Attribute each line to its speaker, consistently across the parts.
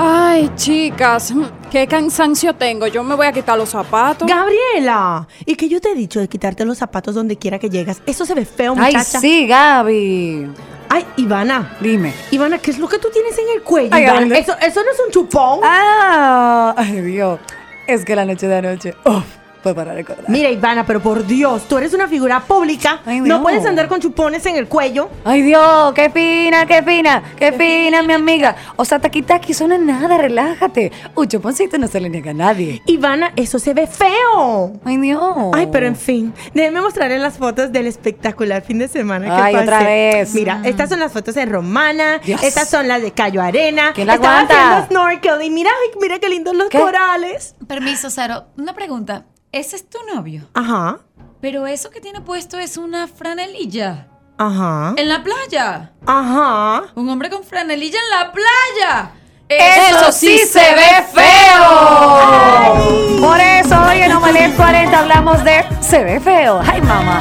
Speaker 1: Ay, chicas,
Speaker 2: mm,
Speaker 1: qué cansancio tengo. Yo me voy a quitar los zapatos.
Speaker 3: Gabriela, ¿y que yo te he dicho de quitarte los zapatos donde quiera que llegas? Eso se ve feo,
Speaker 1: Ay,
Speaker 3: muchacha.
Speaker 1: sí, Gaby.
Speaker 3: Ay, Ivana.
Speaker 1: Dime.
Speaker 3: Ivana, ¿qué es lo que tú tienes en el cuello?
Speaker 1: Ay,
Speaker 3: Ivana?
Speaker 1: Gabriela.
Speaker 3: eso, eso no es un chupón.
Speaker 1: Ah, ay, Dios. Es que la noche de anoche uf, fue para recordar.
Speaker 3: Mira, Ivana, pero por Dios, tú eres una figura pública.
Speaker 1: Ay,
Speaker 3: no.
Speaker 1: no.
Speaker 3: puedes andar con chupones en el cuello.
Speaker 1: Ay, Dios, qué fina, qué fina, qué fina, mi amiga. O sea, taqui taqui, eso no es nada, relájate. Un chuponcito no se le niega a nadie.
Speaker 3: Ivana, eso se ve feo.
Speaker 1: Ay, Dios.
Speaker 3: Ay, pero en fin, déjenme mostrarles las fotos del espectacular fin de semana que
Speaker 1: Ay,
Speaker 3: pasé.
Speaker 1: otra vez. Mm.
Speaker 3: Mira, estas son las fotos de Romana,
Speaker 1: Dios.
Speaker 3: estas son las de Cayo Arena.
Speaker 1: ¿Quién la
Speaker 3: Estaba
Speaker 1: aguanta?
Speaker 3: haciendo snorkel y mira, ay, mira qué lindos los
Speaker 1: ¿Qué?
Speaker 3: corales.
Speaker 4: Permiso, Saro. Una pregunta. Ese es tu novio.
Speaker 3: Ajá,
Speaker 4: Pero eso que tiene puesto es una franelilla.
Speaker 3: ajá,
Speaker 4: En la playa.
Speaker 3: ajá.
Speaker 4: Un hombre con franelilla en la playa.
Speaker 1: ¡Eso sí se ve feo! Por eso hoy en Omelet 40 hablamos de se ve feo. ¡Ay, mamá!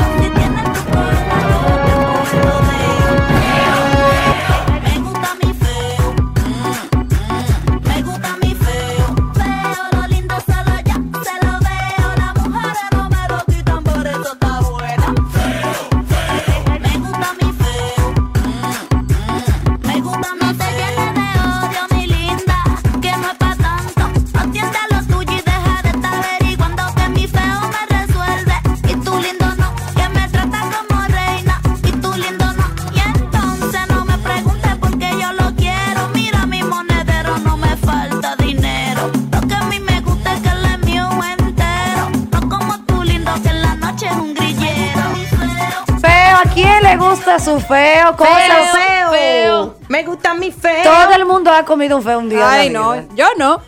Speaker 5: Me gusta mi feo, me gusta mi feo, feo, lo lindo se lo ya, se lo veo, las mujeres no me lo quitan, por eso está buena. Me gusta mi feo, me gusta mi feo. No te llenes de odio, mi linda, que no es pa' tanto, atiende lo tuyo y deja de estar averiguando que mi feo me resuelve, y tú lindo no, que me trata como reina, y tú lindo no, y entonces no me preguntes porque yo lo quiero, mira mi monedero, no me falta dinero, lo que a mí me gusta es que le es mío entero, no como tú lindo que en la noche es un grillero.
Speaker 1: Feo, ¿a quién le gusta su feo? Cosas
Speaker 3: feo, feo. Me gusta mi feo.
Speaker 1: Todo el mundo ha comido un feo un día.
Speaker 2: Ay,
Speaker 1: en la
Speaker 2: no,
Speaker 1: vida.
Speaker 2: yo no.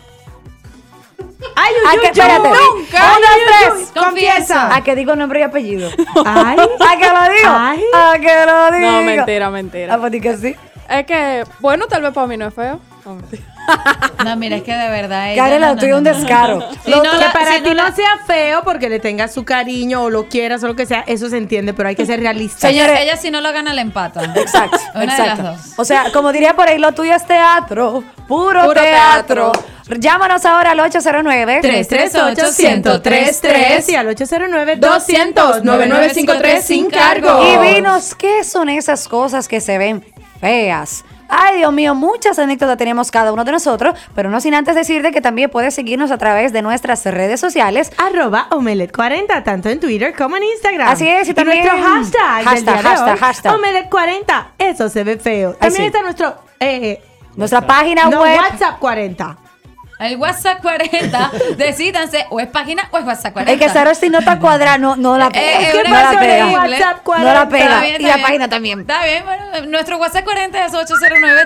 Speaker 3: Ay,
Speaker 1: ¿A
Speaker 3: uy,
Speaker 1: Ah,
Speaker 3: uy, uy.
Speaker 1: que, espérate.
Speaker 2: Nunca.
Speaker 1: Uno,
Speaker 3: Ay, uy, uy,
Speaker 1: tres.
Speaker 3: uy. Confiesa.
Speaker 1: A que digo nombre y apellido.
Speaker 3: Ay.
Speaker 1: ¿A que lo digo?
Speaker 3: Ay.
Speaker 1: ¿A que lo digo?
Speaker 2: No, mentira,
Speaker 1: Ah,
Speaker 2: mentira.
Speaker 1: pues di que sí.
Speaker 2: Es que, bueno, tal vez para mí no es feo. No, mentira.
Speaker 4: No, mira, es que de verdad. ella-
Speaker 1: Karen,
Speaker 4: no,
Speaker 1: lo
Speaker 4: no,
Speaker 1: tuyo es un
Speaker 4: no, no, no.
Speaker 1: descaro.
Speaker 4: Si
Speaker 1: Lo
Speaker 4: no
Speaker 1: tuyo-
Speaker 3: Que
Speaker 4: la-
Speaker 3: para
Speaker 4: si
Speaker 3: ti
Speaker 4: no
Speaker 3: no,
Speaker 4: la-
Speaker 3: sea feo porque le tengas su cariño o lo quieras o lo que sea, eso se entiende, pero hay que ser realista.
Speaker 1: Señores.
Speaker 4: Ella si no lo gana, la empata.
Speaker 1: Exacto,
Speaker 4: Una
Speaker 1: exacto.
Speaker 4: de las dos.
Speaker 1: O sea, como diría por ahí, lo tuyo es teatro, puro,
Speaker 2: Puro
Speaker 1: teatro.
Speaker 2: teatro.
Speaker 1: Llámanos ahora al 809
Speaker 3: 338-1033 y al 809-200-9953 sin cargo.
Speaker 1: Y vinos, ¿qué son esas cosas que se ven feas? Ay, Dios mío, muchas anécdotas tenemos cada uno de nosotros, pero no sin antes decirte que también puedes seguirnos a través de nuestras redes sociales.
Speaker 3: Arroba Omelet40, tanto en Twitter como en Instagram.
Speaker 1: Así es, y también-
Speaker 3: nuestro hashtag. del
Speaker 1: Hashtag,
Speaker 3: día de
Speaker 1: hashtag,
Speaker 3: hoy,
Speaker 1: hashtag.
Speaker 3: Omelet40, eso se ve feo. También
Speaker 1: sí.
Speaker 3: está nuestro. eh,
Speaker 1: Nuestra página
Speaker 3: no,
Speaker 1: web.
Speaker 3: WhatsApp 40.
Speaker 4: El WhatsApp 40. Decídanse, o es página o es WhatsApp 40.
Speaker 1: El que Saro si nota cuadrada no, no la pega.
Speaker 4: Eh, eh,
Speaker 1: no
Speaker 4: una
Speaker 1: la
Speaker 4: canción de
Speaker 1: pega.
Speaker 4: Igual.
Speaker 3: WhatsApp
Speaker 1: No
Speaker 3: 40.
Speaker 1: la pega.
Speaker 4: Está bien, está
Speaker 1: y la
Speaker 4: bien.
Speaker 1: página también.
Speaker 4: Está bien, bueno, nuestro WhatsApp 40 es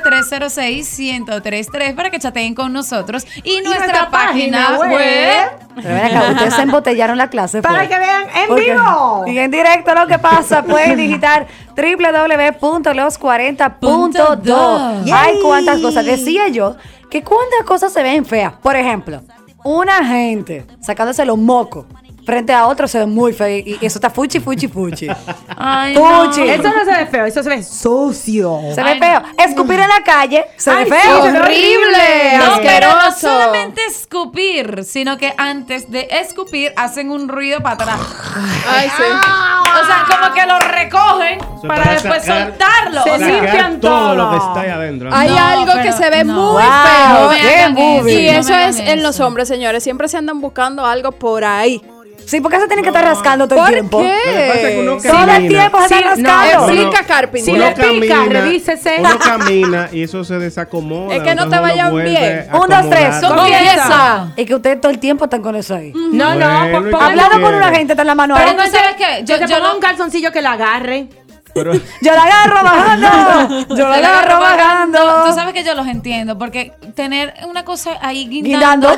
Speaker 4: 809-306-1033 para que chateen con nosotros. Y, nuestra, página, web.
Speaker 1: Pero ven acá, ustedes se embotellaron la clase.
Speaker 3: Para
Speaker 1: fue.
Speaker 3: que vean en
Speaker 1: Porque-
Speaker 3: vivo.
Speaker 1: Y en directo lo que pasa, pueden digitar www.los40.do.
Speaker 4: Yay.
Speaker 1: Hay cuántas cosas. Decía yo que cuántas cosas se ven feas. Por ejemplo, una gente sacándose los mocos frente a otro se ve muy feo y y eso está fuchi, fuchi, fuchi.
Speaker 4: Ay, no.
Speaker 1: fuchi.
Speaker 3: Eso no se ve feo, eso se ve sucio.
Speaker 1: se ve
Speaker 4: Ay,
Speaker 1: feo. Escupir en la calle se
Speaker 3: Ay,
Speaker 1: ve
Speaker 3: sí,
Speaker 1: feo.
Speaker 3: se ve horrible.
Speaker 4: No, pero no
Speaker 2: Asqueroso.
Speaker 4: solamente escupir, sino que antes de escupir hacen un ruido para atrás.
Speaker 2: Ay, sí.
Speaker 4: O sea, como que lo recogen
Speaker 6: Eso
Speaker 4: para,
Speaker 6: para
Speaker 4: después
Speaker 6: sacar-
Speaker 4: soltarlo.
Speaker 3: Se
Speaker 4: O sea,
Speaker 3: limpia. limpian
Speaker 6: Sacar todo
Speaker 3: todo.
Speaker 6: lo que está ahí adentro.
Speaker 2: Hay
Speaker 4: No,
Speaker 2: algo que
Speaker 4: pero
Speaker 2: se ve
Speaker 4: no.
Speaker 2: muy
Speaker 1: Wow,
Speaker 2: feo.
Speaker 4: me
Speaker 1: qué
Speaker 4: hagan eso.
Speaker 1: movie.
Speaker 2: Y
Speaker 4: Sí, no
Speaker 2: eso
Speaker 4: me
Speaker 2: es
Speaker 4: hagan
Speaker 2: en los
Speaker 4: eso.
Speaker 2: hombres, señores. Siempre se andan buscando algo por ahí.
Speaker 1: Sí, porque se tienen que estar rascando todo el
Speaker 2: ¿Por
Speaker 1: tiempo.
Speaker 2: qué?
Speaker 6: Lo que pasa es que uno
Speaker 1: Todo el
Speaker 6: camina.
Speaker 1: tiempo se
Speaker 3: Sí,
Speaker 1: están
Speaker 3: no,
Speaker 1: rascando.
Speaker 2: explica, Carpintero.
Speaker 3: Si
Speaker 6: uno
Speaker 3: le pica, revísese.
Speaker 6: Uno camina y eso se desacomoda.
Speaker 2: Es que no te
Speaker 6: entonces uno
Speaker 2: vayan
Speaker 6: vuelve
Speaker 2: bien.
Speaker 6: a
Speaker 1: Un, dos, tres.
Speaker 6: acomodarlo.
Speaker 2: Confiesa.
Speaker 1: Confiesa. Ah. Es que ustedes todo el tiempo están con eso ahí.
Speaker 3: No, no,
Speaker 6: Bueno,
Speaker 3: pon-
Speaker 6: ¿y
Speaker 3: pon-
Speaker 6: qué?
Speaker 1: Hablando con
Speaker 6: que-
Speaker 1: una gente está en la mano
Speaker 4: Pero
Speaker 1: ahí.
Speaker 4: no sabes qué.
Speaker 3: Yo,
Speaker 4: Yo,
Speaker 3: te
Speaker 4: yo
Speaker 3: pongo
Speaker 4: no-
Speaker 3: un calzoncillo que la agarre.
Speaker 6: Pero
Speaker 1: Yo la agarro bajando. Yo la
Speaker 4: Te
Speaker 1: agarro bajando.
Speaker 4: Tú sabes que yo los entiendo, porque tener una cosa ahí
Speaker 1: Guindando.
Speaker 4: guindando,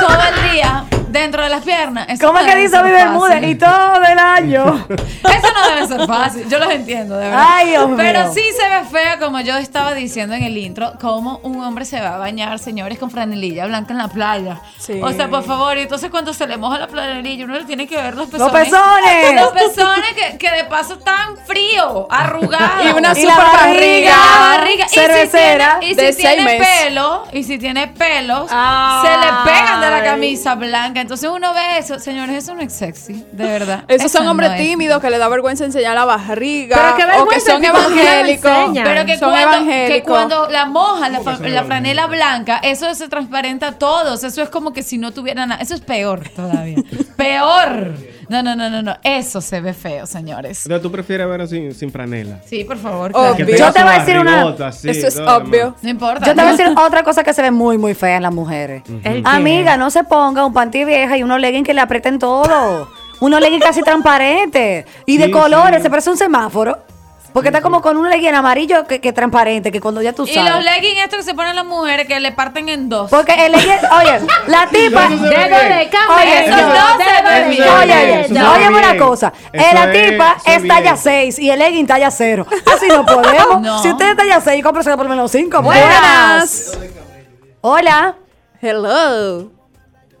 Speaker 4: todo el día dentro de las piernas. Eso
Speaker 1: ¿Cómo
Speaker 4: no
Speaker 1: que
Speaker 4: debe
Speaker 1: dice
Speaker 4: ser
Speaker 1: mi
Speaker 4: fácil.
Speaker 1: Bermúdez? Y todo el año.
Speaker 4: Eso no debe ser fácil, yo los entiendo, de verdad.
Speaker 1: Ay, Dios
Speaker 4: Pero
Speaker 1: mío.
Speaker 4: sí se ve feo, como yo estaba diciendo en el intro, cómo un hombre se va a bañar, señores, con franelilla blanca en la playa.
Speaker 2: Sí.
Speaker 4: O sea, por favor, y entonces cuando se le moja la franelilla, uno le tiene que ver los
Speaker 1: Los
Speaker 4: pezones.
Speaker 1: pezones.
Speaker 4: Los
Speaker 2: pues,
Speaker 4: pezones que, que de paso están fríos, arrugados.
Speaker 2: Y una super
Speaker 1: Y la
Speaker 4: Y la
Speaker 1: barriga.
Speaker 4: barriga.
Speaker 1: Cervecera
Speaker 4: y si tiene, y
Speaker 2: de
Speaker 4: si tiene
Speaker 2: seis meses.
Speaker 4: pelo, y si tiene pelos,
Speaker 2: Ay.
Speaker 4: se le pegan de la camisa blanca. Entonces uno ve eso, señores, eso no es sexy, de verdad.
Speaker 2: Esos
Speaker 4: Eso
Speaker 2: son hombres
Speaker 4: no es.
Speaker 2: tímidos que les da vergüenza enseñar la barriga.
Speaker 3: Pero qué
Speaker 2: o que
Speaker 3: vergüenza,
Speaker 2: son
Speaker 3: el tipo que no
Speaker 2: evangélicos.
Speaker 3: enseña.
Speaker 4: Pero que
Speaker 2: son
Speaker 4: cuando, que
Speaker 2: evangélicos.
Speaker 4: cuando la moja, la,
Speaker 6: ¿Cómo
Speaker 4: fa-
Speaker 6: que son
Speaker 4: la
Speaker 6: evangélicos?
Speaker 4: franela blanca, eso se transparenta a todos. Eso es como que si no tuviera nada. Eso es peor todavía. peor. No, no, no, no, no. Eso se ve feo, señores.
Speaker 6: Pero tú prefieres verlo sin, sin franela.
Speaker 4: Sí, por favor.
Speaker 2: Oh,
Speaker 4: claro.
Speaker 6: Que
Speaker 2: Obvio.
Speaker 6: tenga
Speaker 2: Yo
Speaker 1: te
Speaker 6: su
Speaker 1: voy a decir una-
Speaker 6: barrigota, así,
Speaker 2: Eso es
Speaker 6: todo lo demás.
Speaker 2: obvio.
Speaker 4: No importa.
Speaker 1: Yo te voy a decir otra cosa que se ve muy, muy fea en las mujeres.
Speaker 3: ¿El qué?
Speaker 1: Amiga, no se ponga un panty vieja y unos leggings que le aprieten todo. Unos leggings casi transparentes y de
Speaker 6: Sí,
Speaker 1: colores,
Speaker 6: sí.
Speaker 1: se parece un semáforo. Porque está como con un legging amarillo que, que transparente, que cuando ya tú
Speaker 4: Y los
Speaker 1: sabes. Pues-
Speaker 4: leggings estos que se ponen las mujeres que le parten en dos.
Speaker 1: porque el legging, oye, la tipa.
Speaker 6: Eso se ve
Speaker 7: Dedo de
Speaker 6: bien.
Speaker 7: cama,
Speaker 1: Oye,
Speaker 4: Eso
Speaker 7: dedo
Speaker 4: no
Speaker 7: de
Speaker 4: se ve
Speaker 7: barriga.
Speaker 6: bien.
Speaker 1: Oye, oye, oye,
Speaker 6: Eso está
Speaker 1: óyeme una
Speaker 6: bien.
Speaker 1: cosa.
Speaker 6: Eso
Speaker 1: Eh, la
Speaker 6: es-
Speaker 1: tipa
Speaker 6: eso
Speaker 1: es,
Speaker 6: es
Speaker 1: talla
Speaker 6: bien.
Speaker 1: 6 y el legging talla 0. Así no podemos.
Speaker 4: No.
Speaker 1: Si usted es talla 6, cómprese por lo menos 5. Buenas.
Speaker 2: Buenas.
Speaker 1: Hola.
Speaker 2: Hello.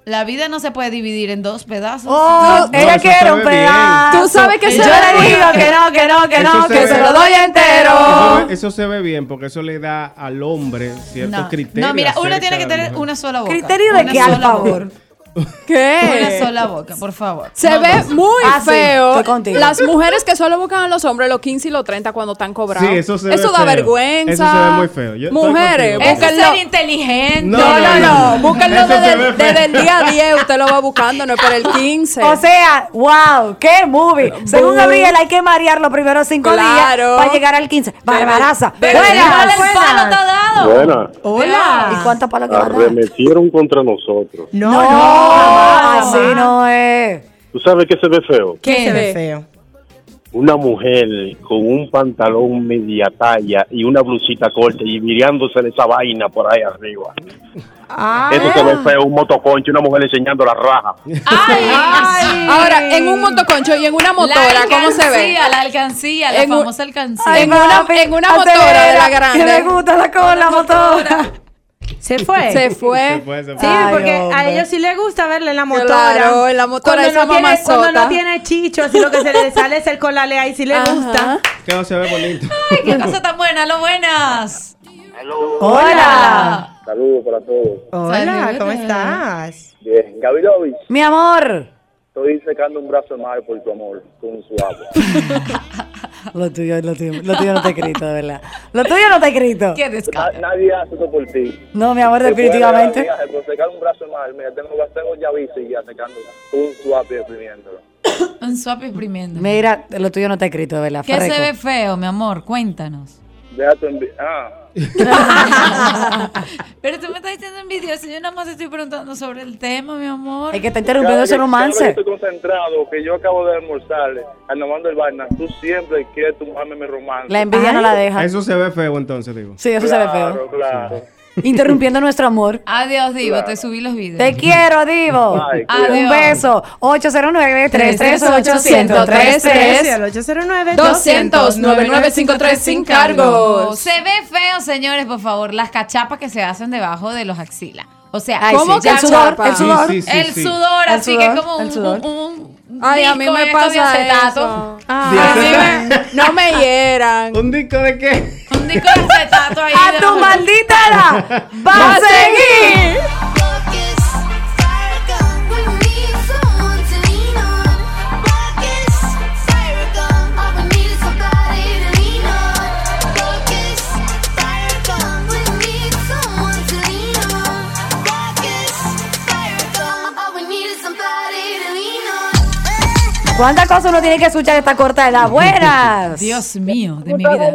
Speaker 4: La vida no se puede dividir en dos pedazos.
Speaker 1: Oh,
Speaker 6: No,
Speaker 1: ella
Speaker 6: eso
Speaker 1: quiere
Speaker 6: se
Speaker 1: un
Speaker 6: ve bien.
Speaker 1: pedazo.
Speaker 2: Tú sabes que
Speaker 1: yo
Speaker 2: se
Speaker 1: le
Speaker 2: ve
Speaker 1: digo que no, que no, que
Speaker 6: Eso
Speaker 1: no,
Speaker 6: se
Speaker 1: que
Speaker 6: ve-
Speaker 1: se lo doy
Speaker 6: Eso,
Speaker 1: entero.
Speaker 6: ve- eso se ve bien porque eso le da al hombre ciertos
Speaker 4: Oh. no.
Speaker 6: criterios.
Speaker 4: No, mira, uno
Speaker 6: acerca
Speaker 4: tiene
Speaker 6: de
Speaker 4: que
Speaker 6: la
Speaker 4: tener
Speaker 6: mujer.
Speaker 4: una sola boca.
Speaker 1: ¿Criterio de
Speaker 4: Una
Speaker 1: qué, al
Speaker 4: sola boca.
Speaker 1: favor? Eh.
Speaker 4: Una
Speaker 2: ¿Qué?
Speaker 4: sola boca, por favor.
Speaker 2: Se
Speaker 4: No
Speaker 2: ve
Speaker 4: dos.
Speaker 2: muy
Speaker 1: Ah, sí,
Speaker 2: feo.
Speaker 1: estoy contigo.
Speaker 2: Las mujeres que solo buscan a los hombres los 15 y los 30 cuando están cobrados.
Speaker 6: Sí, eso se ve
Speaker 2: Eso da
Speaker 6: feo.
Speaker 2: vergüenza.
Speaker 6: Eso se ve muy feo. Yo estoy
Speaker 2: Mujeres,
Speaker 4: Eso
Speaker 6: contigo.
Speaker 4: es ser
Speaker 2: búsquenlo.
Speaker 4: inteligente.
Speaker 6: No,
Speaker 2: No, no, no. Búsquenlo
Speaker 6: Eso se
Speaker 2: desde,
Speaker 6: ve feo.
Speaker 2: desde el día 10. Usted lo va buscando, no es por el 15.
Speaker 1: O sea, wow, qué movie. Según Gabriel, hay que marear los primeros cinco
Speaker 2: Claro.
Speaker 1: días para llegar al 15. Barbaraza.
Speaker 4: Pero
Speaker 1: Buenas.
Speaker 4: igual el palo está dado.
Speaker 8: Buena,
Speaker 1: ¿Y cuánto
Speaker 8: Ah,
Speaker 1: palo que va a dar?
Speaker 8: arremetieron contra nosotros.
Speaker 3: No,
Speaker 1: No,
Speaker 3: no,
Speaker 1: así no es.
Speaker 8: ¿Tú sabes qué se ve feo?
Speaker 3: ¿Qué se ve
Speaker 2: ¿Qué?
Speaker 3: feo?
Speaker 8: Una mujer con un pantalón media talla y una blusita corta y mirándose esa vaina por ahí arriba. Eso se ve feo, un motoconcho, una mujer enseñando la raja.
Speaker 4: Ay,
Speaker 1: Ah,
Speaker 2: Ahora, en un motoconcho y en una
Speaker 4: la
Speaker 2: motora, ¿cómo se ve?
Speaker 4: alcancía, La alcancía, la
Speaker 2: En un-
Speaker 4: famosa alcancía.
Speaker 2: Ay, En una-
Speaker 1: papi,
Speaker 2: en una
Speaker 1: acelera,
Speaker 2: motora de la grande.
Speaker 1: Que me gusta la cola, motora.
Speaker 3: ¿Se fue?
Speaker 2: Se fue.
Speaker 6: Se puede, se
Speaker 3: Sí,
Speaker 6: puede.
Speaker 4: pues.
Speaker 1: Ay,
Speaker 3: porque a
Speaker 1: hombre.
Speaker 3: ellos sí les gusta verle en la motora.
Speaker 2: Claro, en la motora,
Speaker 3: cuando
Speaker 2: esa
Speaker 3: no tiene,
Speaker 2: mamazota.
Speaker 3: cuando no tiene chicho, sino que se le sale es el colale ahí, sí le
Speaker 2: Ajá.
Speaker 3: gusta.
Speaker 6: Que no se ve bonito.
Speaker 4: Ay, qué cosa tan buena, lo buenas.
Speaker 1: Hola.
Speaker 8: Saludos para todos.
Speaker 3: Hola,
Speaker 4: Saludos.
Speaker 3: ¿cómo estás?
Speaker 8: Bien, Gavilovich,
Speaker 1: Mi amor.
Speaker 8: estoy secando un brazo de mar por tu amor, con su agua.
Speaker 1: Lo tuyo, lo tuyo, lo tuyo no está escrito, de verdad. Lo tuyo no está escrito.
Speaker 4: Qué descarga.
Speaker 8: nadie hace eso por ti. Eh,
Speaker 1: No, mi amor, definitivamente.
Speaker 8: Por secar un brazo de mar, mira, tengo, tengo llavice y ya secando un suave y deprimiéndolo.
Speaker 4: Un swap exprimiendo.
Speaker 1: Mira, lo tuyo no está escrito, de verdad.
Speaker 4: ¿Qué
Speaker 1: Ferreco.
Speaker 4: se ve feo, mi amor? Cuéntanos.
Speaker 8: Deja tu envi- Ah,
Speaker 4: Pero tú me estás diciendo envidioso. Yo nada más estoy preguntando sobre el tema, mi amor.
Speaker 1: Es que está interrumpiendo ese
Speaker 8: Yo
Speaker 1: romance.
Speaker 8: estoy concentrado, que yo acabo de almorzar, almorzando el vaina. Tú siempre quieres tumbarme mi romance.
Speaker 1: La envidia no la deja.
Speaker 6: Eso se ve feo entonces, digo.
Speaker 1: Sí, eso se ve
Speaker 8: claro,
Speaker 1: feo.
Speaker 8: claro.
Speaker 1: Interrumpiendo nuestro amor.
Speaker 4: Adiós, Divo. Te subí los videos.
Speaker 1: Te quiero, Divo.
Speaker 8: Ay,
Speaker 1: Un
Speaker 4: cuidado.
Speaker 1: beso. 809-338-1033.
Speaker 3: 809
Speaker 2: 200 99535 sin cargos.
Speaker 4: Oh, Se ve feo, señores, por favor. Las cachapas que se hacen debajo de los axilas. O sea,
Speaker 1: Ay,
Speaker 2: ¿Cómo
Speaker 1: sí,
Speaker 2: que
Speaker 1: ya
Speaker 2: el
Speaker 1: no.
Speaker 2: sudor?
Speaker 1: El
Speaker 2: Sí,
Speaker 1: sudor.
Speaker 6: sí, sí.
Speaker 4: el sudor,
Speaker 1: El
Speaker 4: así
Speaker 1: sudor,
Speaker 4: que como
Speaker 1: el sudor.
Speaker 4: un, un- un
Speaker 2: Ay, a mí
Speaker 4: disco
Speaker 2: me
Speaker 4: esto de
Speaker 2: pasa
Speaker 4: acetato.
Speaker 2: eso. Ay, a mí me- no me hieran.
Speaker 6: ¿Un disco de qué?
Speaker 4: Un disco de acetato ahí.
Speaker 1: A
Speaker 4: de-
Speaker 1: tu maldita edad. Va a seguir.
Speaker 5: Focus, Fargo. We need someone to lean on. Focus, Fargo. All we need is somebody to lean on. Focus, Fargo. We need someone to lean on. Focus, Fargo. All we need is somebody to lean on.
Speaker 1: ¿Cuántas cosas uno tiene que escuchar de esta corta edad? Buenas.
Speaker 4: Dios mío, de mi vida.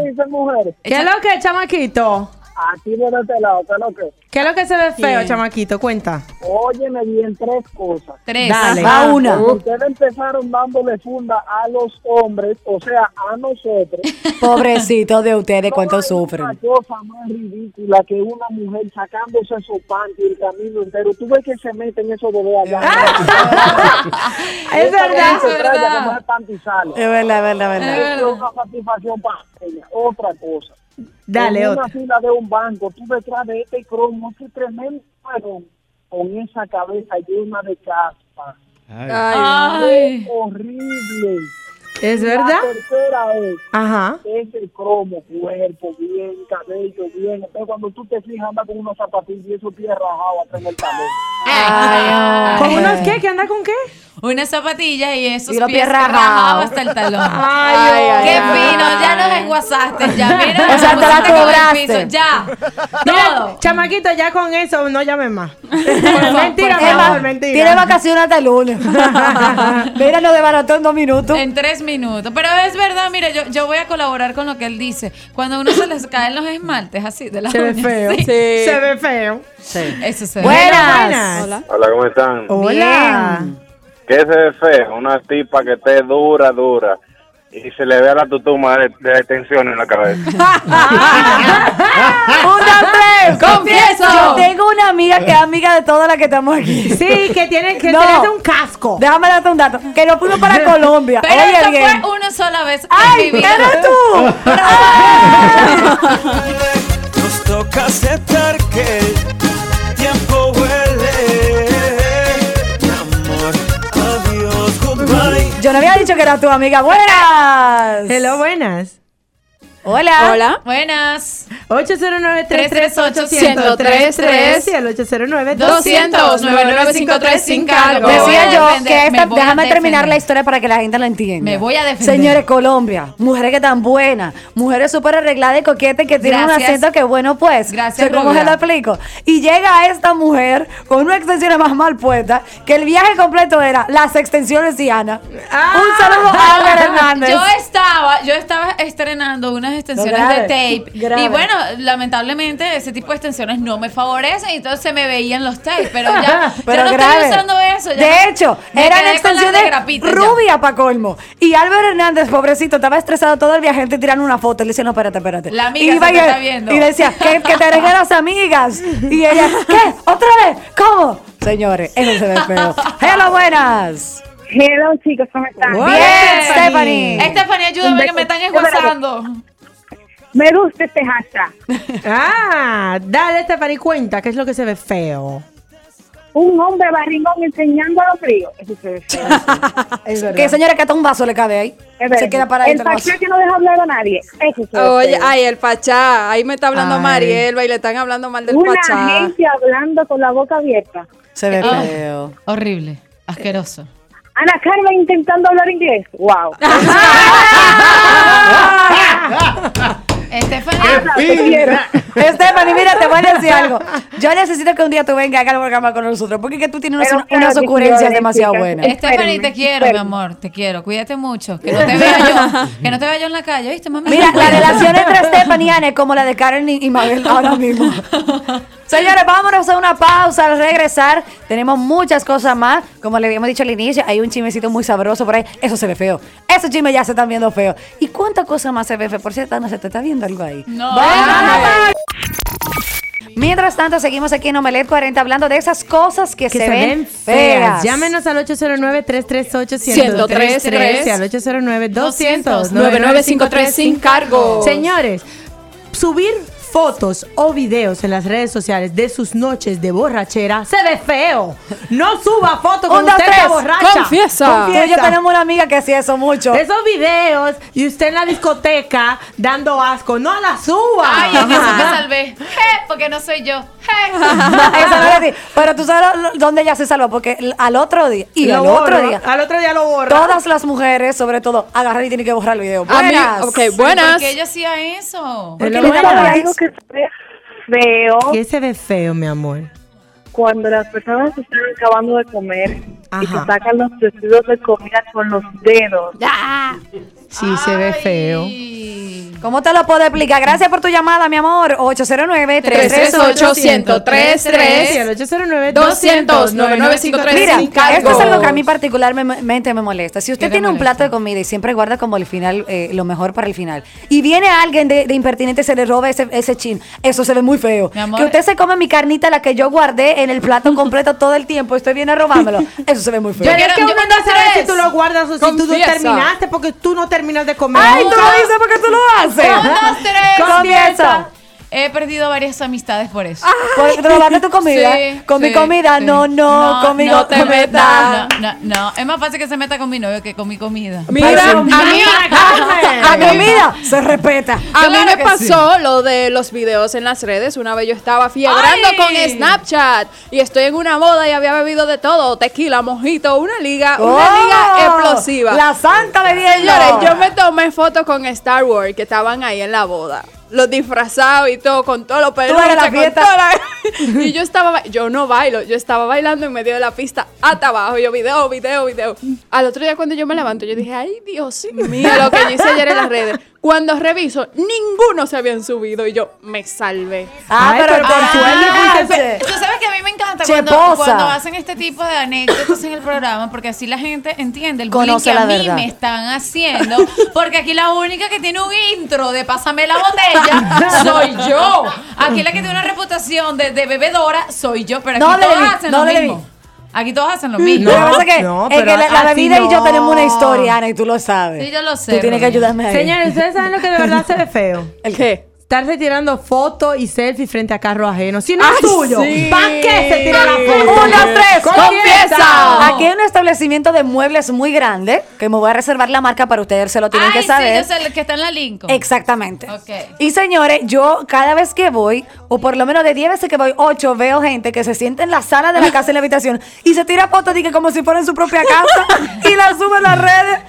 Speaker 3: ¿Qué es lo que, chamaquito?
Speaker 7: Aquí de este lado, ¿qué es lo que?
Speaker 3: ¿Qué es lo que se ve feo,
Speaker 4: Sí.
Speaker 3: chamaquito? Cuenta.
Speaker 7: Óyeme bien tres cosas.
Speaker 4: Tres.
Speaker 3: Dale.
Speaker 1: A una.
Speaker 7: Ustedes empezaron dándole funda a los hombres, o sea, a nosotros.
Speaker 1: Pobrecito de ustedes,
Speaker 7: No
Speaker 1: cuánto
Speaker 7: hay
Speaker 1: sufren.
Speaker 7: Una cosa más ridícula que una mujer sacándose su panty el camino entero. Tú ves que se meten esos bebés allá.
Speaker 3: Es
Speaker 7: Esa
Speaker 3: verdad.
Speaker 7: mujer se
Speaker 4: es
Speaker 7: trae a
Speaker 4: verdad.
Speaker 7: comer panty y sale.
Speaker 1: Es verdad, es verdad, es
Speaker 4: Es
Speaker 1: verdad.
Speaker 4: verdad.
Speaker 7: Es una satisfacción para ella. Otra cosa.
Speaker 3: Dale,
Speaker 7: en
Speaker 3: otra.
Speaker 7: una fila de un banco, tú detrás de este cromo, qué tremendo varón con esa cabeza llena de caspa.
Speaker 6: Ay.
Speaker 4: Ah, Ay.
Speaker 7: Horrible.
Speaker 3: ¿Es
Speaker 7: La
Speaker 3: verdad?
Speaker 7: tercera es
Speaker 3: Ajá.
Speaker 7: ese cromo, cuerpo bien, cabello bien. Entonces, cucuando tú te fijas, anda con unos zapatillas y esos pies rajados atrás en el talón.
Speaker 1: Ay,
Speaker 3: ¿Con
Speaker 1: ay.
Speaker 3: unos qué? ¿Qué anda con qué?
Speaker 4: Una zapatilla y esos
Speaker 1: Y los pies
Speaker 4: pies
Speaker 1: rajados.
Speaker 4: rajados hasta el talón.
Speaker 3: Ay,
Speaker 1: ay,
Speaker 4: Qué
Speaker 1: ay.
Speaker 4: fino, ya nos enguasaste, ya mira,
Speaker 1: O sea, te la
Speaker 4: nos pusiste con el
Speaker 1: cobraste.
Speaker 4: piso, ya, todo.
Speaker 3: Mira, chamaquito, ya con eso no llamen más.
Speaker 4: favor,
Speaker 3: mentira,
Speaker 4: por
Speaker 3: mi
Speaker 1: Emma,
Speaker 3: amor, mentira.
Speaker 1: tiene vacaciones hasta el lunes. Míralo de barato en dos minutos.
Speaker 4: En tres minutos. Pero es verdad, mire, yo, yo voy a colaborar con lo que él dice. Cuando a uno se les caen los esmaltes así de las
Speaker 3: Se ve
Speaker 4: uñas,
Speaker 3: feo.
Speaker 4: sí.
Speaker 3: Se ve feo.
Speaker 4: Eso se ve.
Speaker 1: Buenas.
Speaker 3: Buenas.
Speaker 2: Hola.
Speaker 8: Hola, ¿cómo están?
Speaker 3: Hola.
Speaker 8: ¿Qué se ve feo? Una tipa que esté dura, dura. Y se le ve a la tutuma de, de tensión en la cabeza.
Speaker 1: ¡Una tres!
Speaker 4: ¡Confieso!
Speaker 1: Yo tengo una amiga que es amiga de todas las que estamos aquí.
Speaker 3: Sí, que tiene que
Speaker 1: No.
Speaker 3: tenerse un casco.
Speaker 1: Déjame darte un dato. Que nos fuimos para Colombia.
Speaker 4: Pero
Speaker 1: Oye,
Speaker 4: esto
Speaker 1: alguien.
Speaker 4: fue una sola vez
Speaker 1: ¡Ay,
Speaker 4: en mi vida.
Speaker 1: pero tú! ¡Ay!
Speaker 9: Nos toca aceptar que el tiempo huele. Mi amor, adiós, goodbye.
Speaker 1: Yo no había dicho que era tu amiga. ¡Buenas!
Speaker 3: Hello, buenas.
Speaker 1: Hola.
Speaker 2: Hola.
Speaker 4: Buenas.
Speaker 3: 809 338
Speaker 2: 338-1033
Speaker 3: y el 809
Speaker 2: 200 99535 algo.
Speaker 1: Decía yo
Speaker 4: Me voy a defender,
Speaker 1: que esta.
Speaker 4: me voy a
Speaker 1: Déjame terminar
Speaker 4: defender.
Speaker 1: la historia para que la gente la entienda.
Speaker 4: Me voy a defender.
Speaker 1: Señores, Colombia. Mujeres que tan buenas. Mujeres súper arregladas y coquetas que tienen un
Speaker 4: Gracias.
Speaker 1: acento que bueno, pues.
Speaker 4: Gracias,
Speaker 1: Sé cómo
Speaker 4: Rubia.
Speaker 1: se lo explico. Y llega esta mujer con una extensión más mal puesta que el viaje completo era las extensiones de Ana. Un saludo a Álvaro Hernández.
Speaker 4: Ah. Yo estaba, yo estaba estrenando unas extensiones
Speaker 1: No, grave,
Speaker 4: de tape.
Speaker 1: grave.
Speaker 4: Y bueno, lamentablemente ese tipo de extensiones no me favorecen y entonces se me veían los tapes. Pero ya,
Speaker 1: Pero
Speaker 4: yo no
Speaker 1: grave.
Speaker 4: estoy usando eso. ya
Speaker 1: de
Speaker 4: no-
Speaker 1: hecho,
Speaker 4: me
Speaker 1: eran
Speaker 4: quedé con las de
Speaker 1: extensiones
Speaker 4: grapitas ya.
Speaker 1: rubia para colmo. Y Álvaro Hernández, pobrecito, estaba estresado todo el viaje. Gente tirando una foto. Le decía, no, espérate, espérate.
Speaker 4: La amiga
Speaker 1: Iba
Speaker 4: se te
Speaker 1: y-
Speaker 4: está viendo.
Speaker 1: Y decía, que, que te arreglen las amigas. Y ella, ¿qué? ¿Otra vez? ¿Cómo? Señores, eso se ve feo. Hello, buenas.
Speaker 7: Hello, chicos, ¿cómo están?
Speaker 3: Hola,
Speaker 1: Bien,
Speaker 3: Stephanie.
Speaker 1: Stephanie.
Speaker 4: Stephanie, ayúdame que me están esguazando.
Speaker 7: Me gusta este hashtag.
Speaker 3: Ah, dale, Stephanie, cuenta qué es lo que se ve feo.
Speaker 7: Un hombre barrigón enseñando a los fríos. Eso se ve feo.
Speaker 1: Que señora, que hasta un vaso le cabe ahí.
Speaker 7: Es verdad.
Speaker 1: Se queda para
Speaker 7: El paseo que no deja hablar a nadie. Eso se ve
Speaker 2: Oye,
Speaker 7: feo.
Speaker 2: ay, el Pachá. Ahí me está hablando
Speaker 3: Ay.
Speaker 2: Marielba y le están hablando mal del
Speaker 7: Una
Speaker 2: Pachá.
Speaker 7: gente hablando con la boca abierta.
Speaker 1: Se ve
Speaker 4: Ah.
Speaker 1: feo.
Speaker 4: Horrible, asqueroso.
Speaker 7: Ana Carmen intentando hablar inglés. Wow.
Speaker 1: Ah,
Speaker 4: Stephanie,
Speaker 1: Stephanie, mira, te voy a decir algo. Yo necesito que un día tú vengas acá al programa con nosotros, porque es que tú tienes unas,
Speaker 7: Pero claro
Speaker 1: unas
Speaker 7: que sí,
Speaker 1: ocurrencias
Speaker 7: Lorenz,
Speaker 1: demasiado
Speaker 7: chicas.
Speaker 1: buenas.
Speaker 7: Es-
Speaker 4: Stephanie, te
Speaker 7: Espérenme,
Speaker 4: quiero, mi
Speaker 7: espérenme.
Speaker 4: amor, te quiero. Cuídate mucho, que no te vea yo, que no te vea yo en la calle, ¿viste, mami?
Speaker 1: Mira, la relación entre Stephanie y Anne es como la de Karen y y Mabel ahora mismo. Señores, vámonos a una pausa al regresar. Tenemos muchas cosas más. Como le habíamos dicho al inicio, hay un chismecito muy sabroso por ahí. Eso se ve feo. Esos chismes ya se están viendo feo. ¿Y cuántas cosas más se ve feo? Por cierto, no se te está viendo algo ahí.
Speaker 4: No.
Speaker 1: Vámonos. Mientras tanto, seguimos aquí en Omelet 40 hablando de esas cosas que,
Speaker 3: Que
Speaker 1: se, ven feas.
Speaker 3: Llámenos al 809 338
Speaker 2: 1033
Speaker 3: 1033 y al 809 200
Speaker 2: 99535 sin cargo.
Speaker 3: Señores, subir fotos o videos en las redes sociales de sus noches de borrachera se ve feo. No suba fotos
Speaker 1: Un,
Speaker 3: cuando
Speaker 1: dos,
Speaker 3: usted está
Speaker 1: tres.
Speaker 3: borracha.
Speaker 2: Confiesa.
Speaker 1: Tú y yo tenemos una amiga que hacía eso mucho.
Speaker 3: Esos videos y usted en la discoteca dando asco, no la suba.
Speaker 4: Ay, en eso me salvé. Je, porque no soy yo. Je.
Speaker 1: No, esa no era así. Pero tú sabes lo- dónde ella se salvó, porque l- al otro día, y
Speaker 3: Lo
Speaker 1: al
Speaker 3: borra,
Speaker 1: otro día,
Speaker 3: Al otro día lo borra.
Speaker 1: todas las mujeres, sobre todo, agarran y tienen que borrar el video.
Speaker 2: A mí-
Speaker 1: Buenas.
Speaker 2: ok, buenas.
Speaker 4: Porque ella hacía eso.
Speaker 3: Es lo
Speaker 7: Yo
Speaker 3: bueno.
Speaker 7: sabía algo que se ve feo
Speaker 3: ¿Qué se ve feo, mi amor?
Speaker 7: cuando las personas están acabando de comer y
Speaker 3: Ajá.
Speaker 7: se sacan los vestidos de comida con los dedos.
Speaker 3: Sí, se ve feo.
Speaker 4: Ay.
Speaker 1: ¿Cómo te lo puedo explicar? Gracias por tu llamada, mi amor. 809 338
Speaker 3: Sí, el 809 200
Speaker 2: 9953
Speaker 1: Mira,
Speaker 2: sin cargos.
Speaker 1: esto es algo que a mí particularmente me molesta. Si usted
Speaker 4: ¿Qué te
Speaker 1: tiene un
Speaker 4: molesta?
Speaker 1: plato de comida y siempre guarda como el final, eh, lo mejor para el final, y viene alguien de, de impertinente y se le roba ese, ese chin, eso se ve muy feo.
Speaker 4: Mi amor.
Speaker 1: Que usted se come mi carnita, la que yo guardé en el plato completo todo el tiempo, y usted viene a robármelo, eso se ve muy feo.
Speaker 4: Yo-
Speaker 3: Pero es
Speaker 4: quiero-
Speaker 3: que uno
Speaker 4: quiero
Speaker 3: no sabe
Speaker 4: tres.
Speaker 3: si tú lo guardas o si tú no
Speaker 2: Confiesa.
Speaker 3: terminaste porque tú no terminas de comer.
Speaker 1: ¡Ay, tú lo dices porque tú lo haces!
Speaker 4: Un, dos, tres.
Speaker 1: Comienza.
Speaker 4: He perdido varias amistades por eso.
Speaker 1: Por robarte Pues, tu comida.
Speaker 4: Sí,
Speaker 1: con mi
Speaker 4: sí,
Speaker 1: comida,
Speaker 4: sí.
Speaker 1: no, no, conmigo
Speaker 4: no te
Speaker 1: no me da.
Speaker 4: metas. No, no, no. es más fácil que se meta con mi novio que con mi comida.
Speaker 2: Mira,
Speaker 1: Pero
Speaker 2: a mí,
Speaker 1: La comida Ah, se respeta.
Speaker 2: a mí
Speaker 4: Claro
Speaker 2: me
Speaker 4: que
Speaker 2: pasó lo de los videos en las redes. Una vez yo estaba fiebrando
Speaker 4: Ay.
Speaker 2: con Snapchat y estoy en una boda y había bebido de todo: tequila, mojito, una liga, una
Speaker 1: Oh,
Speaker 2: liga explosiva.
Speaker 1: La santa bebida.
Speaker 2: Señores, yo me tomé fotos con Star Wars que estaban ahí en la boda. Los disfrazados y todo, con todos los peluches,
Speaker 1: eras la
Speaker 2: con
Speaker 1: fiesta.
Speaker 2: toda la- Y yo estaba, ba- yo no bailo, yo estaba bailando en medio de la pista, hasta abajo, yo video, video, video. Al otro día cuando yo me levanto, yo dije, ay Dios mío, lo que yo hice ayer en las redes. Cuando reviso, ninguno se habían subido y yo me salvé.
Speaker 1: Ah,
Speaker 3: Ay,
Speaker 1: pero,
Speaker 3: pero
Speaker 1: por
Speaker 3: con
Speaker 1: suerte
Speaker 3: suerte
Speaker 1: fuiste-
Speaker 3: fuiste-
Speaker 4: Tú sabes que a mí me encanta
Speaker 1: Cheposa.
Speaker 4: cuando, cuando hacen este tipo de anécdotas en el programa, porque así la gente entiende el bullying
Speaker 1: Conoce
Speaker 4: que a
Speaker 1: la
Speaker 4: mí
Speaker 1: verdad.
Speaker 4: me están haciendo, porque aquí la única que tiene un intro de pásame la botella soy yo. Aquí la que tiene una reputación de, de bebedora soy yo, pero aquí
Speaker 1: No le
Speaker 4: todos
Speaker 1: debí,
Speaker 4: hacen
Speaker 1: no
Speaker 4: lo
Speaker 1: le debí.
Speaker 4: mismo. Aquí todos hacen lo mismo.
Speaker 1: lo que pasa es que,
Speaker 3: no,
Speaker 1: es que
Speaker 3: pero
Speaker 1: la, la
Speaker 3: así
Speaker 1: bebida y yo
Speaker 3: no.
Speaker 1: tenemos una historia, Ana, y tú lo sabes.
Speaker 4: Sí, yo lo sé,
Speaker 1: Tú tienes que
Speaker 4: Romina.
Speaker 1: ayudarme ahí.
Speaker 3: Señores, ¿ustedes saben lo que de verdad se ve feo?
Speaker 2: ¿El qué?
Speaker 3: Estarse tirando fotos y selfies frente a carros ajenos. Si no
Speaker 2: Ay,
Speaker 3: es tuyo,
Speaker 2: sí.
Speaker 3: ¿para qué se tira la foto?
Speaker 1: Uno, tres,
Speaker 2: confiesa.
Speaker 1: Aquí hay un establecimiento de muebles muy grande, que me voy a reservar la marca para ustedes, se lo tienen
Speaker 4: Ay,
Speaker 1: que
Speaker 4: sí,
Speaker 1: saber.
Speaker 4: yo sé, el que está en la Lincoln.
Speaker 1: Exactamente.
Speaker 4: Ok.
Speaker 1: Y señores, yo cada vez que voy, o por lo menos de 10 veces que voy, 8 veo gente que se sienta en la sala de la casa en la habitación y se tira fotos de que como si fuera en su propia casa y la sube en las redes.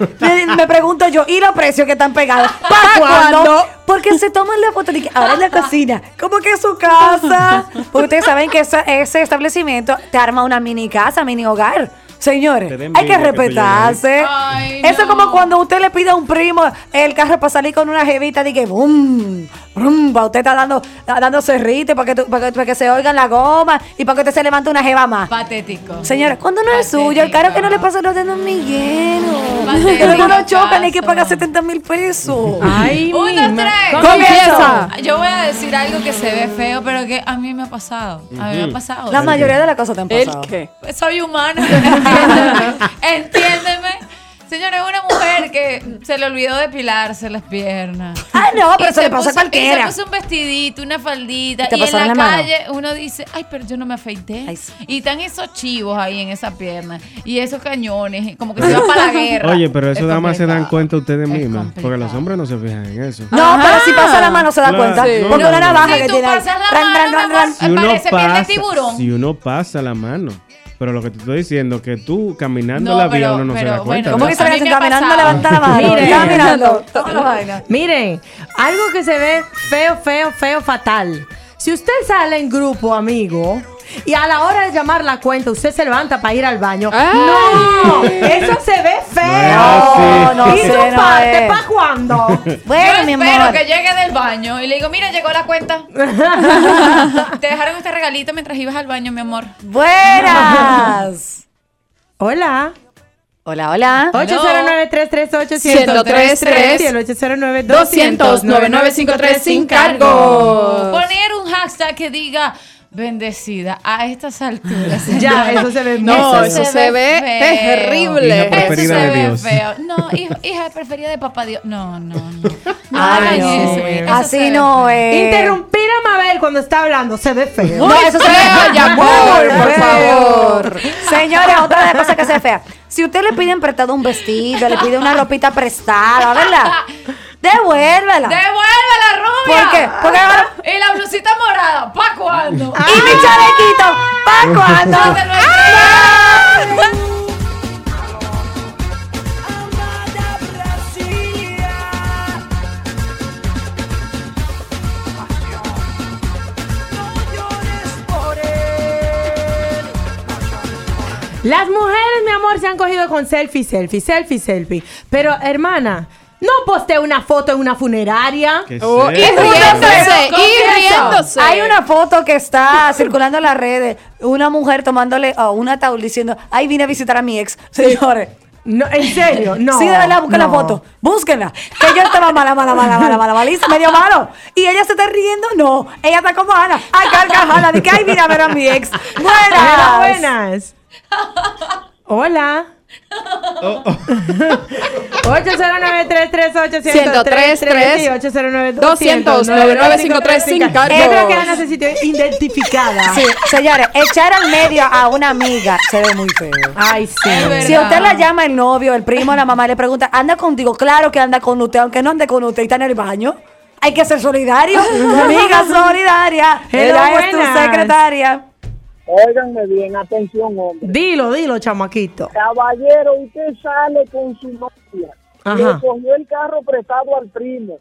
Speaker 1: Me, me pregunto yo, ¿y los precios que están pegados? ¿Para cuándo? Porque se toman la foto de que ahora en la cocina, como que es su casa. Porque ustedes saben que esa- ese establecimiento te arma una mini casa, mini hogar. Señores,
Speaker 6: Te da
Speaker 1: hay que
Speaker 6: envidia que te llegue ahí.
Speaker 1: respetarse.
Speaker 4: Ay,
Speaker 1: Eso es
Speaker 4: no.
Speaker 1: como cuando usted le pide a un primo el carro para salir con una jevita, de que bum, bum, pa' usted está dando, da- dando cerrito para que, tú- pa' que, pa' que se oigan la goma y para que usted se levante una jeva más.
Speaker 4: Patético.
Speaker 1: Señora, cuando no es
Speaker 4: Patético.
Speaker 1: suyo, el carro que no le pasa los dedos Miguel.
Speaker 4: Patético
Speaker 1: Que luego no chocan, hay que
Speaker 4: caso.
Speaker 1: pagar 70 mil pesos.
Speaker 3: Ay,
Speaker 4: Un,
Speaker 3: mi
Speaker 4: dos,
Speaker 3: ma-
Speaker 4: tres.
Speaker 1: Comienza.
Speaker 4: Yo voy a decir algo que se ve feo, pero que a mí me ha pasado. A mí me ha pasado. Pues
Speaker 1: La mayoría de las cosas te han
Speaker 2: ¿El
Speaker 1: pasado.
Speaker 2: qué?
Speaker 4: Soy humana. Entiéndeme. Entiéndeme. Señora, es una mujer que se le olvidó depilarse las piernas.
Speaker 1: Ah, no, pero
Speaker 4: Y
Speaker 1: eso le pasa a
Speaker 4: puso-
Speaker 1: cualquiera.
Speaker 4: Y se puso un vestidito, una faldita.
Speaker 1: Y te
Speaker 4: Y, en
Speaker 1: pasaron
Speaker 4: la,
Speaker 1: la mano.
Speaker 4: calle uno dice, ay, pero yo no me afeité.
Speaker 1: Ay, sí.
Speaker 4: Y están esos chivos ahí en esa pierna. Y esos cañones, como que se va para la guerra.
Speaker 6: Oye, pero eso
Speaker 4: Es
Speaker 6: nada más se dan
Speaker 4: complicado.
Speaker 6: cuenta ustedes
Speaker 4: Es
Speaker 6: mismas. Porque los
Speaker 4: complicado.
Speaker 6: hombres no se fijan en eso.
Speaker 1: No, pero si pasa la mano se da
Speaker 6: Claro,
Speaker 1: cuenta.
Speaker 6: sí.
Speaker 1: Porque
Speaker 6: No,
Speaker 1: una
Speaker 6: no, no.
Speaker 1: navaja
Speaker 4: Si
Speaker 1: que
Speaker 4: Ah. tú
Speaker 1: tiene ahí.
Speaker 4: pasas la
Speaker 1: Ran,
Speaker 4: mano,
Speaker 1: ran,
Speaker 4: mi
Speaker 1: ran,
Speaker 4: amor,
Speaker 1: ran.
Speaker 4: Eh, parece piel de tiburón.
Speaker 6: si uno pasa la mano. Pero lo que te estoy diciendo que tú caminando
Speaker 4: No,
Speaker 6: la vía
Speaker 4: pero-
Speaker 6: uno no se
Speaker 4: pero
Speaker 6: da cuenta.
Speaker 4: bueno,
Speaker 6: Ah,
Speaker 1: ¿Cómo
Speaker 6: ¿verdad?
Speaker 1: que
Speaker 4: A
Speaker 1: se
Speaker 4: mí
Speaker 1: le
Speaker 4: me ha
Speaker 1: caminando?
Speaker 4: pasado.
Speaker 1: Levanta la mano.
Speaker 3: Miren.
Speaker 1: Ya mirando. Toda la vaina.
Speaker 3: Miren, algo que se ve feo, feo, feo, fatal. Si usted sale en grupo, amigo, y a la hora de llamar la cuenta, usted se levanta para ir al baño.
Speaker 2: Ay.
Speaker 3: ¡No! Eso se ve feo.
Speaker 6: No, eh.
Speaker 1: no
Speaker 3: ¿Y
Speaker 1: sé,
Speaker 3: tu
Speaker 1: no
Speaker 3: parte
Speaker 1: es.
Speaker 3: para cuándo?
Speaker 1: Bueno,
Speaker 4: Yo
Speaker 1: mi
Speaker 4: espero
Speaker 1: amor.
Speaker 4: que llegue del baño y le digo, mira, llegó la cuenta. Te dejaron este regalito mientras ibas al baño, mi amor.
Speaker 1: Buenas.
Speaker 3: Hola.
Speaker 1: Hola, hola.
Speaker 3: 809-338-1033 y el 809-200-9953 sin
Speaker 2: cargo.
Speaker 4: Poner un hashtag que diga bendecida a estas alturas.
Speaker 3: Ya, eso se ve
Speaker 2: No,
Speaker 3: muy
Speaker 2: eso,
Speaker 3: feo.
Speaker 2: se, ve
Speaker 4: feo.
Speaker 2: terrible.
Speaker 6: Hija,
Speaker 4: Eso se
Speaker 6: Preferida de
Speaker 4: ve
Speaker 6: Dios.
Speaker 4: feo. No, hija, hija preferida de papá Dios. No, no, no. No
Speaker 1: Ay,
Speaker 4: hagan
Speaker 1: no.
Speaker 4: eso, eso se
Speaker 1: Así
Speaker 4: ve
Speaker 1: no
Speaker 4: feo.
Speaker 1: es.
Speaker 3: Interrumpir a Mabel cuando está hablando se ve feo.
Speaker 1: No, eso se ve
Speaker 2: feo,
Speaker 1: muy
Speaker 2: Yamul, por
Speaker 1: feo. Señores, otra de las cosas que se ve fea. Si usted le piden prestado un vestido, le pide una ropita prestada, ¿verdad? Devuélvela.
Speaker 4: ¡Devuelve la rubia!
Speaker 1: ¿Por qué? Ah, Porque ahora-
Speaker 4: Y la blusita morada. ¿Pa' cuándo?
Speaker 1: y mi chalequito, ¿para cuándo? ¡Ah!
Speaker 4: No te lo
Speaker 3: Las mujeres, mi amor, se han cogido con selfie, selfie, selfie, selfie. Pero, hermana, No postee una foto en una funeraria.
Speaker 6: ¿Qué es
Speaker 2: Oh, y
Speaker 6: eso?
Speaker 2: riéndose,
Speaker 4: Confiesa.
Speaker 2: y riéndose.
Speaker 1: Hay una foto que está circulando en las redes. Una mujer tomándole a un ataúd diciendo, ay, vine a visitar a mi ex. Señores.
Speaker 3: No, en serio, no.
Speaker 1: Sí, de verdad, busquen la
Speaker 3: no.
Speaker 1: foto. Búsquenla. Que yo estaba mala, mala, mala, mala, mala, malísima, medio malo. Y ella se está riendo, no. Ella está como Ana. Ay, carcajada. De que, ay, mira a ver a mi ex.
Speaker 3: Hola, buenas.
Speaker 1: Buenas.
Speaker 3: Hola.
Speaker 6: Oh, oh.
Speaker 3: 809-338-1033 y 809-200-9953
Speaker 2: sin cargo.
Speaker 3: Yo creo que Ana se sintió identificada.
Speaker 1: Sí, señores, echar al medio a una amiga se ve muy feo.
Speaker 3: Ay, sí.
Speaker 4: verdad.
Speaker 1: Si a usted la llama el novio, el primo, la mamá, le pregunta, ¿anda contigo? Claro que anda con usted, aunque no ande con usted y está en el baño. Hay que ser solidario. Amiga solidaria.
Speaker 3: Hello,
Speaker 1: Ella es tu
Speaker 3: buenas.
Speaker 1: secretaria.
Speaker 7: Óiganme bien, atención, hombre.
Speaker 3: Dilo, dilo, chamaquito.
Speaker 7: Caballero, usted sale con su novia.
Speaker 3: Ajá.
Speaker 7: Le cogió el carro prestado al primo.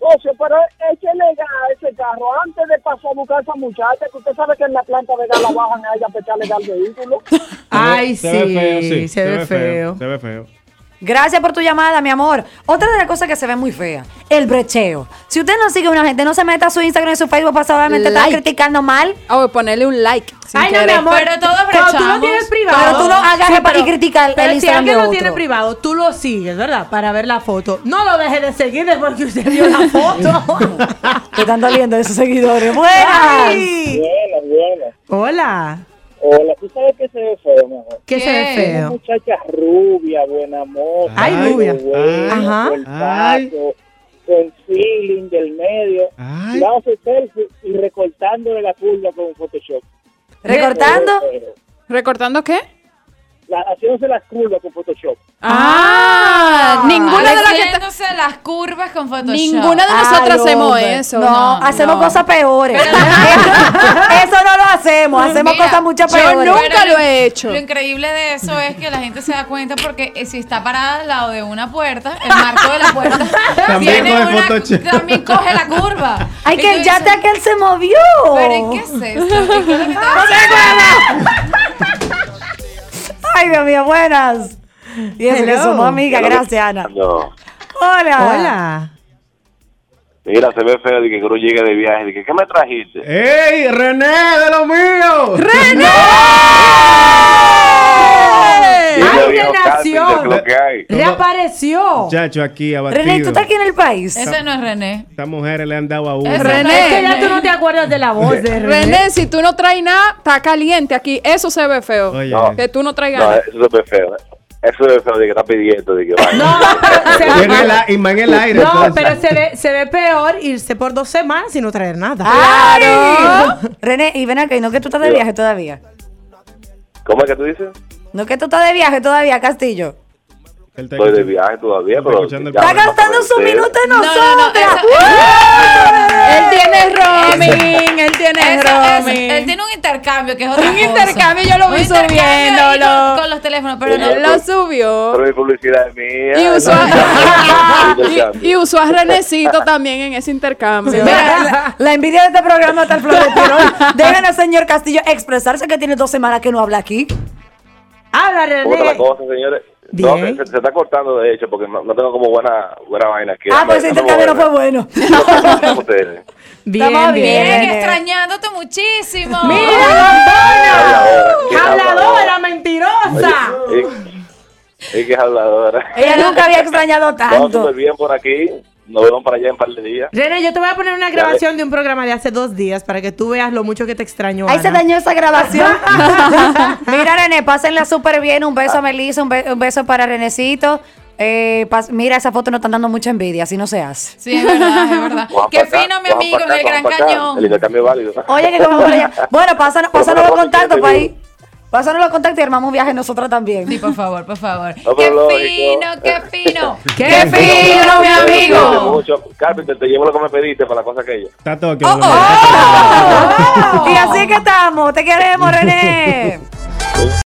Speaker 7: Entonces, pero échele gas a ese carro antes de pasar a buscar a esa muchacha, que usted sabe que en la planta de gas la bajan a ella para echarle gas al vehículo.
Speaker 3: Ay,
Speaker 6: Se ve feo,
Speaker 3: sí. Se ve feo.
Speaker 6: Se ve feo.
Speaker 1: Gracias por tu llamada, mi amor. Otra de las cosas que se ve muy fea, el brecheo. Si usted no sigue a una gente, no se meta a su Instagram y su Facebook para solamente estar
Speaker 2: Like.
Speaker 1: criticando mal.
Speaker 2: Ah, voy a ponerle un like. sin
Speaker 3: Ay, no, mi
Speaker 2: querer.
Speaker 3: amor.
Speaker 4: Pero todos
Speaker 3: Cuando tú lo
Speaker 4: brechamos.
Speaker 3: tienes privado.
Speaker 1: Pero tú no agarres
Speaker 3: Sí,
Speaker 1: para- y
Speaker 3: pero-
Speaker 1: critica el-
Speaker 3: pero
Speaker 1: el
Speaker 3: si
Speaker 1: Instagram
Speaker 3: alguien
Speaker 1: de
Speaker 3: lo tiene
Speaker 1: otro.
Speaker 3: privado, tú lo sigues, ¿verdad? Para ver la foto. No lo dejes de seguir después que usted vio la foto.
Speaker 1: Te están doliendo esos seguidores. Buenas.
Speaker 3: Ay.
Speaker 7: Buena, buena.
Speaker 3: Hola.
Speaker 7: Hola, ¿tú sabes qué se ve feo, mi amor?
Speaker 3: ¿Qué, se ve
Speaker 4: ¿Qué?
Speaker 3: feo?
Speaker 7: muchacha rubia, buena moza.
Speaker 3: Ay,
Speaker 7: algo
Speaker 3: rubia.
Speaker 7: bueno,
Speaker 3: Ajá.
Speaker 7: cuerpazo, Con feeling del medio.
Speaker 6: Ay.
Speaker 7: Dándose selfie y recortándole la curva con Photoshop.
Speaker 1: Recortando.
Speaker 7: Pero,
Speaker 2: ¿Recortando qué?
Speaker 7: la- haciéndose las curvas con Photoshop.
Speaker 2: Ah, ninguna de las que está-
Speaker 4: Haciéndose las curvas con Photoshop.
Speaker 2: Ninguna de
Speaker 1: Ay,
Speaker 2: nosotras hacemos
Speaker 1: hombre.
Speaker 2: eso.
Speaker 1: No,
Speaker 4: No,
Speaker 1: hacemos
Speaker 4: no.
Speaker 1: cosas peores. eso, eso no lo hacemos. Hacemos
Speaker 4: Mira,
Speaker 1: cosas mucho
Speaker 2: yo
Speaker 1: peores.
Speaker 2: nunca
Speaker 4: Pero
Speaker 2: lo he hecho.
Speaker 4: Lo increíble de eso es que la gente se da cuenta porque eh, si está parada al lado de una puerta, el marco de la puerta
Speaker 6: También
Speaker 4: tiene
Speaker 6: coge
Speaker 4: una-
Speaker 6: Photoshop.
Speaker 4: también coge la curva.
Speaker 1: Ay,
Speaker 4: Y
Speaker 1: que
Speaker 4: tú
Speaker 1: el yate
Speaker 4: dices,
Speaker 1: aquel se movió.
Speaker 4: Pero ¿y qué es esto? ¿Qué es lo que te
Speaker 6: Ah.
Speaker 1: Ay, Dios mío, buenas. Y eso que
Speaker 3: Hello.
Speaker 1: somos amiga, gracias, Ana.
Speaker 8: No.
Speaker 1: Hola.
Speaker 3: Ah. Hola.
Speaker 8: Mira, se ve feo de que uno llegue de viaje. De que, ¿Qué me trajiste?
Speaker 6: Eh. ¡Ey, René, de lo mío!
Speaker 8: Dile,
Speaker 3: ¡Ay,
Speaker 8: viejo, cálmate,
Speaker 3: renació!
Speaker 8: ¿qué es lo que hay?
Speaker 6: Todo-
Speaker 3: Reapareció.
Speaker 6: Chacho, aquí abatido.
Speaker 1: René, ¿tú estás aquí en el país?
Speaker 4: Ese no es René.
Speaker 6: Estas mujeres le han dado a uno.
Speaker 4: Ese
Speaker 2: René.
Speaker 4: no
Speaker 3: Es que
Speaker 4: es
Speaker 3: ya tú no te acuerdas de la voz de René.
Speaker 2: René, si tú no traes nada, está caliente aquí. Eso se ve feo.
Speaker 6: Oye,
Speaker 8: No.
Speaker 2: Que tú no traigas
Speaker 8: No, eh.
Speaker 2: nada.
Speaker 8: eso se ve feo. Eso se ve feo de que está pidiendo. De que vaya.
Speaker 3: No, pero se
Speaker 6: y, en el,
Speaker 3: ve,
Speaker 6: a- y más en el aire.
Speaker 3: no,
Speaker 6: entonces.
Speaker 3: pero se ve, se ve peor irse por dos semanas y no traer nada.
Speaker 1: Ah. ¡Claro! René, y ven acá, y no que tú estás de viaje todavía.
Speaker 8: ¿Cómo es que tú dices?
Speaker 1: No que tú estás de viaje todavía, Castillo.
Speaker 6: Él está
Speaker 8: Estoy de
Speaker 6: escuchando.
Speaker 8: viaje todavía,
Speaker 6: Estoy
Speaker 8: pero.
Speaker 6: escuchando el
Speaker 8: ya
Speaker 1: Está
Speaker 8: me la
Speaker 1: gastando su
Speaker 8: comenté.
Speaker 1: minuto en
Speaker 4: No, no, no,
Speaker 1: nosotras.
Speaker 4: esa-
Speaker 2: Él tiene roaming, él tiene
Speaker 4: Eso, eso,
Speaker 2: roaming.
Speaker 4: él tiene un intercambio que es otra
Speaker 2: Un
Speaker 4: cosa.
Speaker 2: intercambio, yo lo
Speaker 4: Un
Speaker 2: vi
Speaker 4: intercambio ahí
Speaker 2: subiéndolo.
Speaker 4: Con, con los teléfonos, pero no.
Speaker 8: Sí.
Speaker 2: Él lo subió.
Speaker 8: Pero mi publicidad es mía.
Speaker 2: Y usó, a, y, y
Speaker 8: usó.
Speaker 2: usó a Renecito también en ese intercambio.
Speaker 1: Mira, la, la envidia de este programa está al flor de tiro. Dejen al señor Castillo expresarse que tiene dos semanas que no habla aquí. Ah,
Speaker 3: Habla,
Speaker 8: ¿Cómo está
Speaker 3: René.
Speaker 8: la cosa, señores? No,
Speaker 3: Bien.
Speaker 8: se, se está cortando, de hecho, porque no, no tengo como buena, buena vaina aquí.
Speaker 1: Ah,
Speaker 8: No,
Speaker 1: pues ese
Speaker 8: no tengo
Speaker 1: intercambio no fue
Speaker 8: buena.
Speaker 1: bueno.
Speaker 8: ¿Cómo están ustedes?
Speaker 3: Bien,
Speaker 1: Estamos
Speaker 3: bien.
Speaker 1: bien.
Speaker 4: Vienen extrañándote muchísimo.
Speaker 3: ¡Mira, bombona!
Speaker 8: Habladora.
Speaker 3: ¡Habladora, mentirosa!
Speaker 8: Y, y que es habladora.
Speaker 1: Ella nunca había extrañado
Speaker 8: No, súper
Speaker 1: tanto.
Speaker 8: bien por aquí. Nos vemos para allá en un par de días.
Speaker 3: René, yo te voy a poner una grabación de un programa de hace dos días para que tú veas lo mucho que te extrañó.
Speaker 1: Ahí se
Speaker 3: Ana.
Speaker 1: dañó esa grabación. Mira, René, pásenla súper bien. Un beso a Melissa, un, be- un beso para Renecito. Eh, pas- mira, esa foto no están dando mucha envidia, así no se hace.
Speaker 4: Sí, es verdad, es verdad.
Speaker 8: Vamos
Speaker 4: Qué
Speaker 8: para acá,
Speaker 4: fino, mi
Speaker 8: vamos
Speaker 4: amigo,
Speaker 8: para
Speaker 4: en
Speaker 8: acá,
Speaker 4: el Gran
Speaker 8: vamos para acá. El
Speaker 4: Cañón.
Speaker 8: intercambio es válido.
Speaker 1: Oye, que como por allá. Bueno, pásanos, pásanos los
Speaker 8: Pero,
Speaker 1: contactos
Speaker 8: pero,
Speaker 1: para ahí. Pásanos los contactos y armamos un viaje nosotras también.
Speaker 4: Sí, por favor, por favor.
Speaker 8: No,
Speaker 4: qué
Speaker 8: pero
Speaker 4: fino,
Speaker 8: lógico.
Speaker 4: qué fino.
Speaker 3: ¡Qué fino, mi
Speaker 8: Cuídate
Speaker 3: amigo!
Speaker 8: mucho. Carpenter, te llevo lo que me pediste para la cosa aquella.
Speaker 6: Está todo aquí.
Speaker 1: ¡Oh! Y así que estamos. Te queremos, René.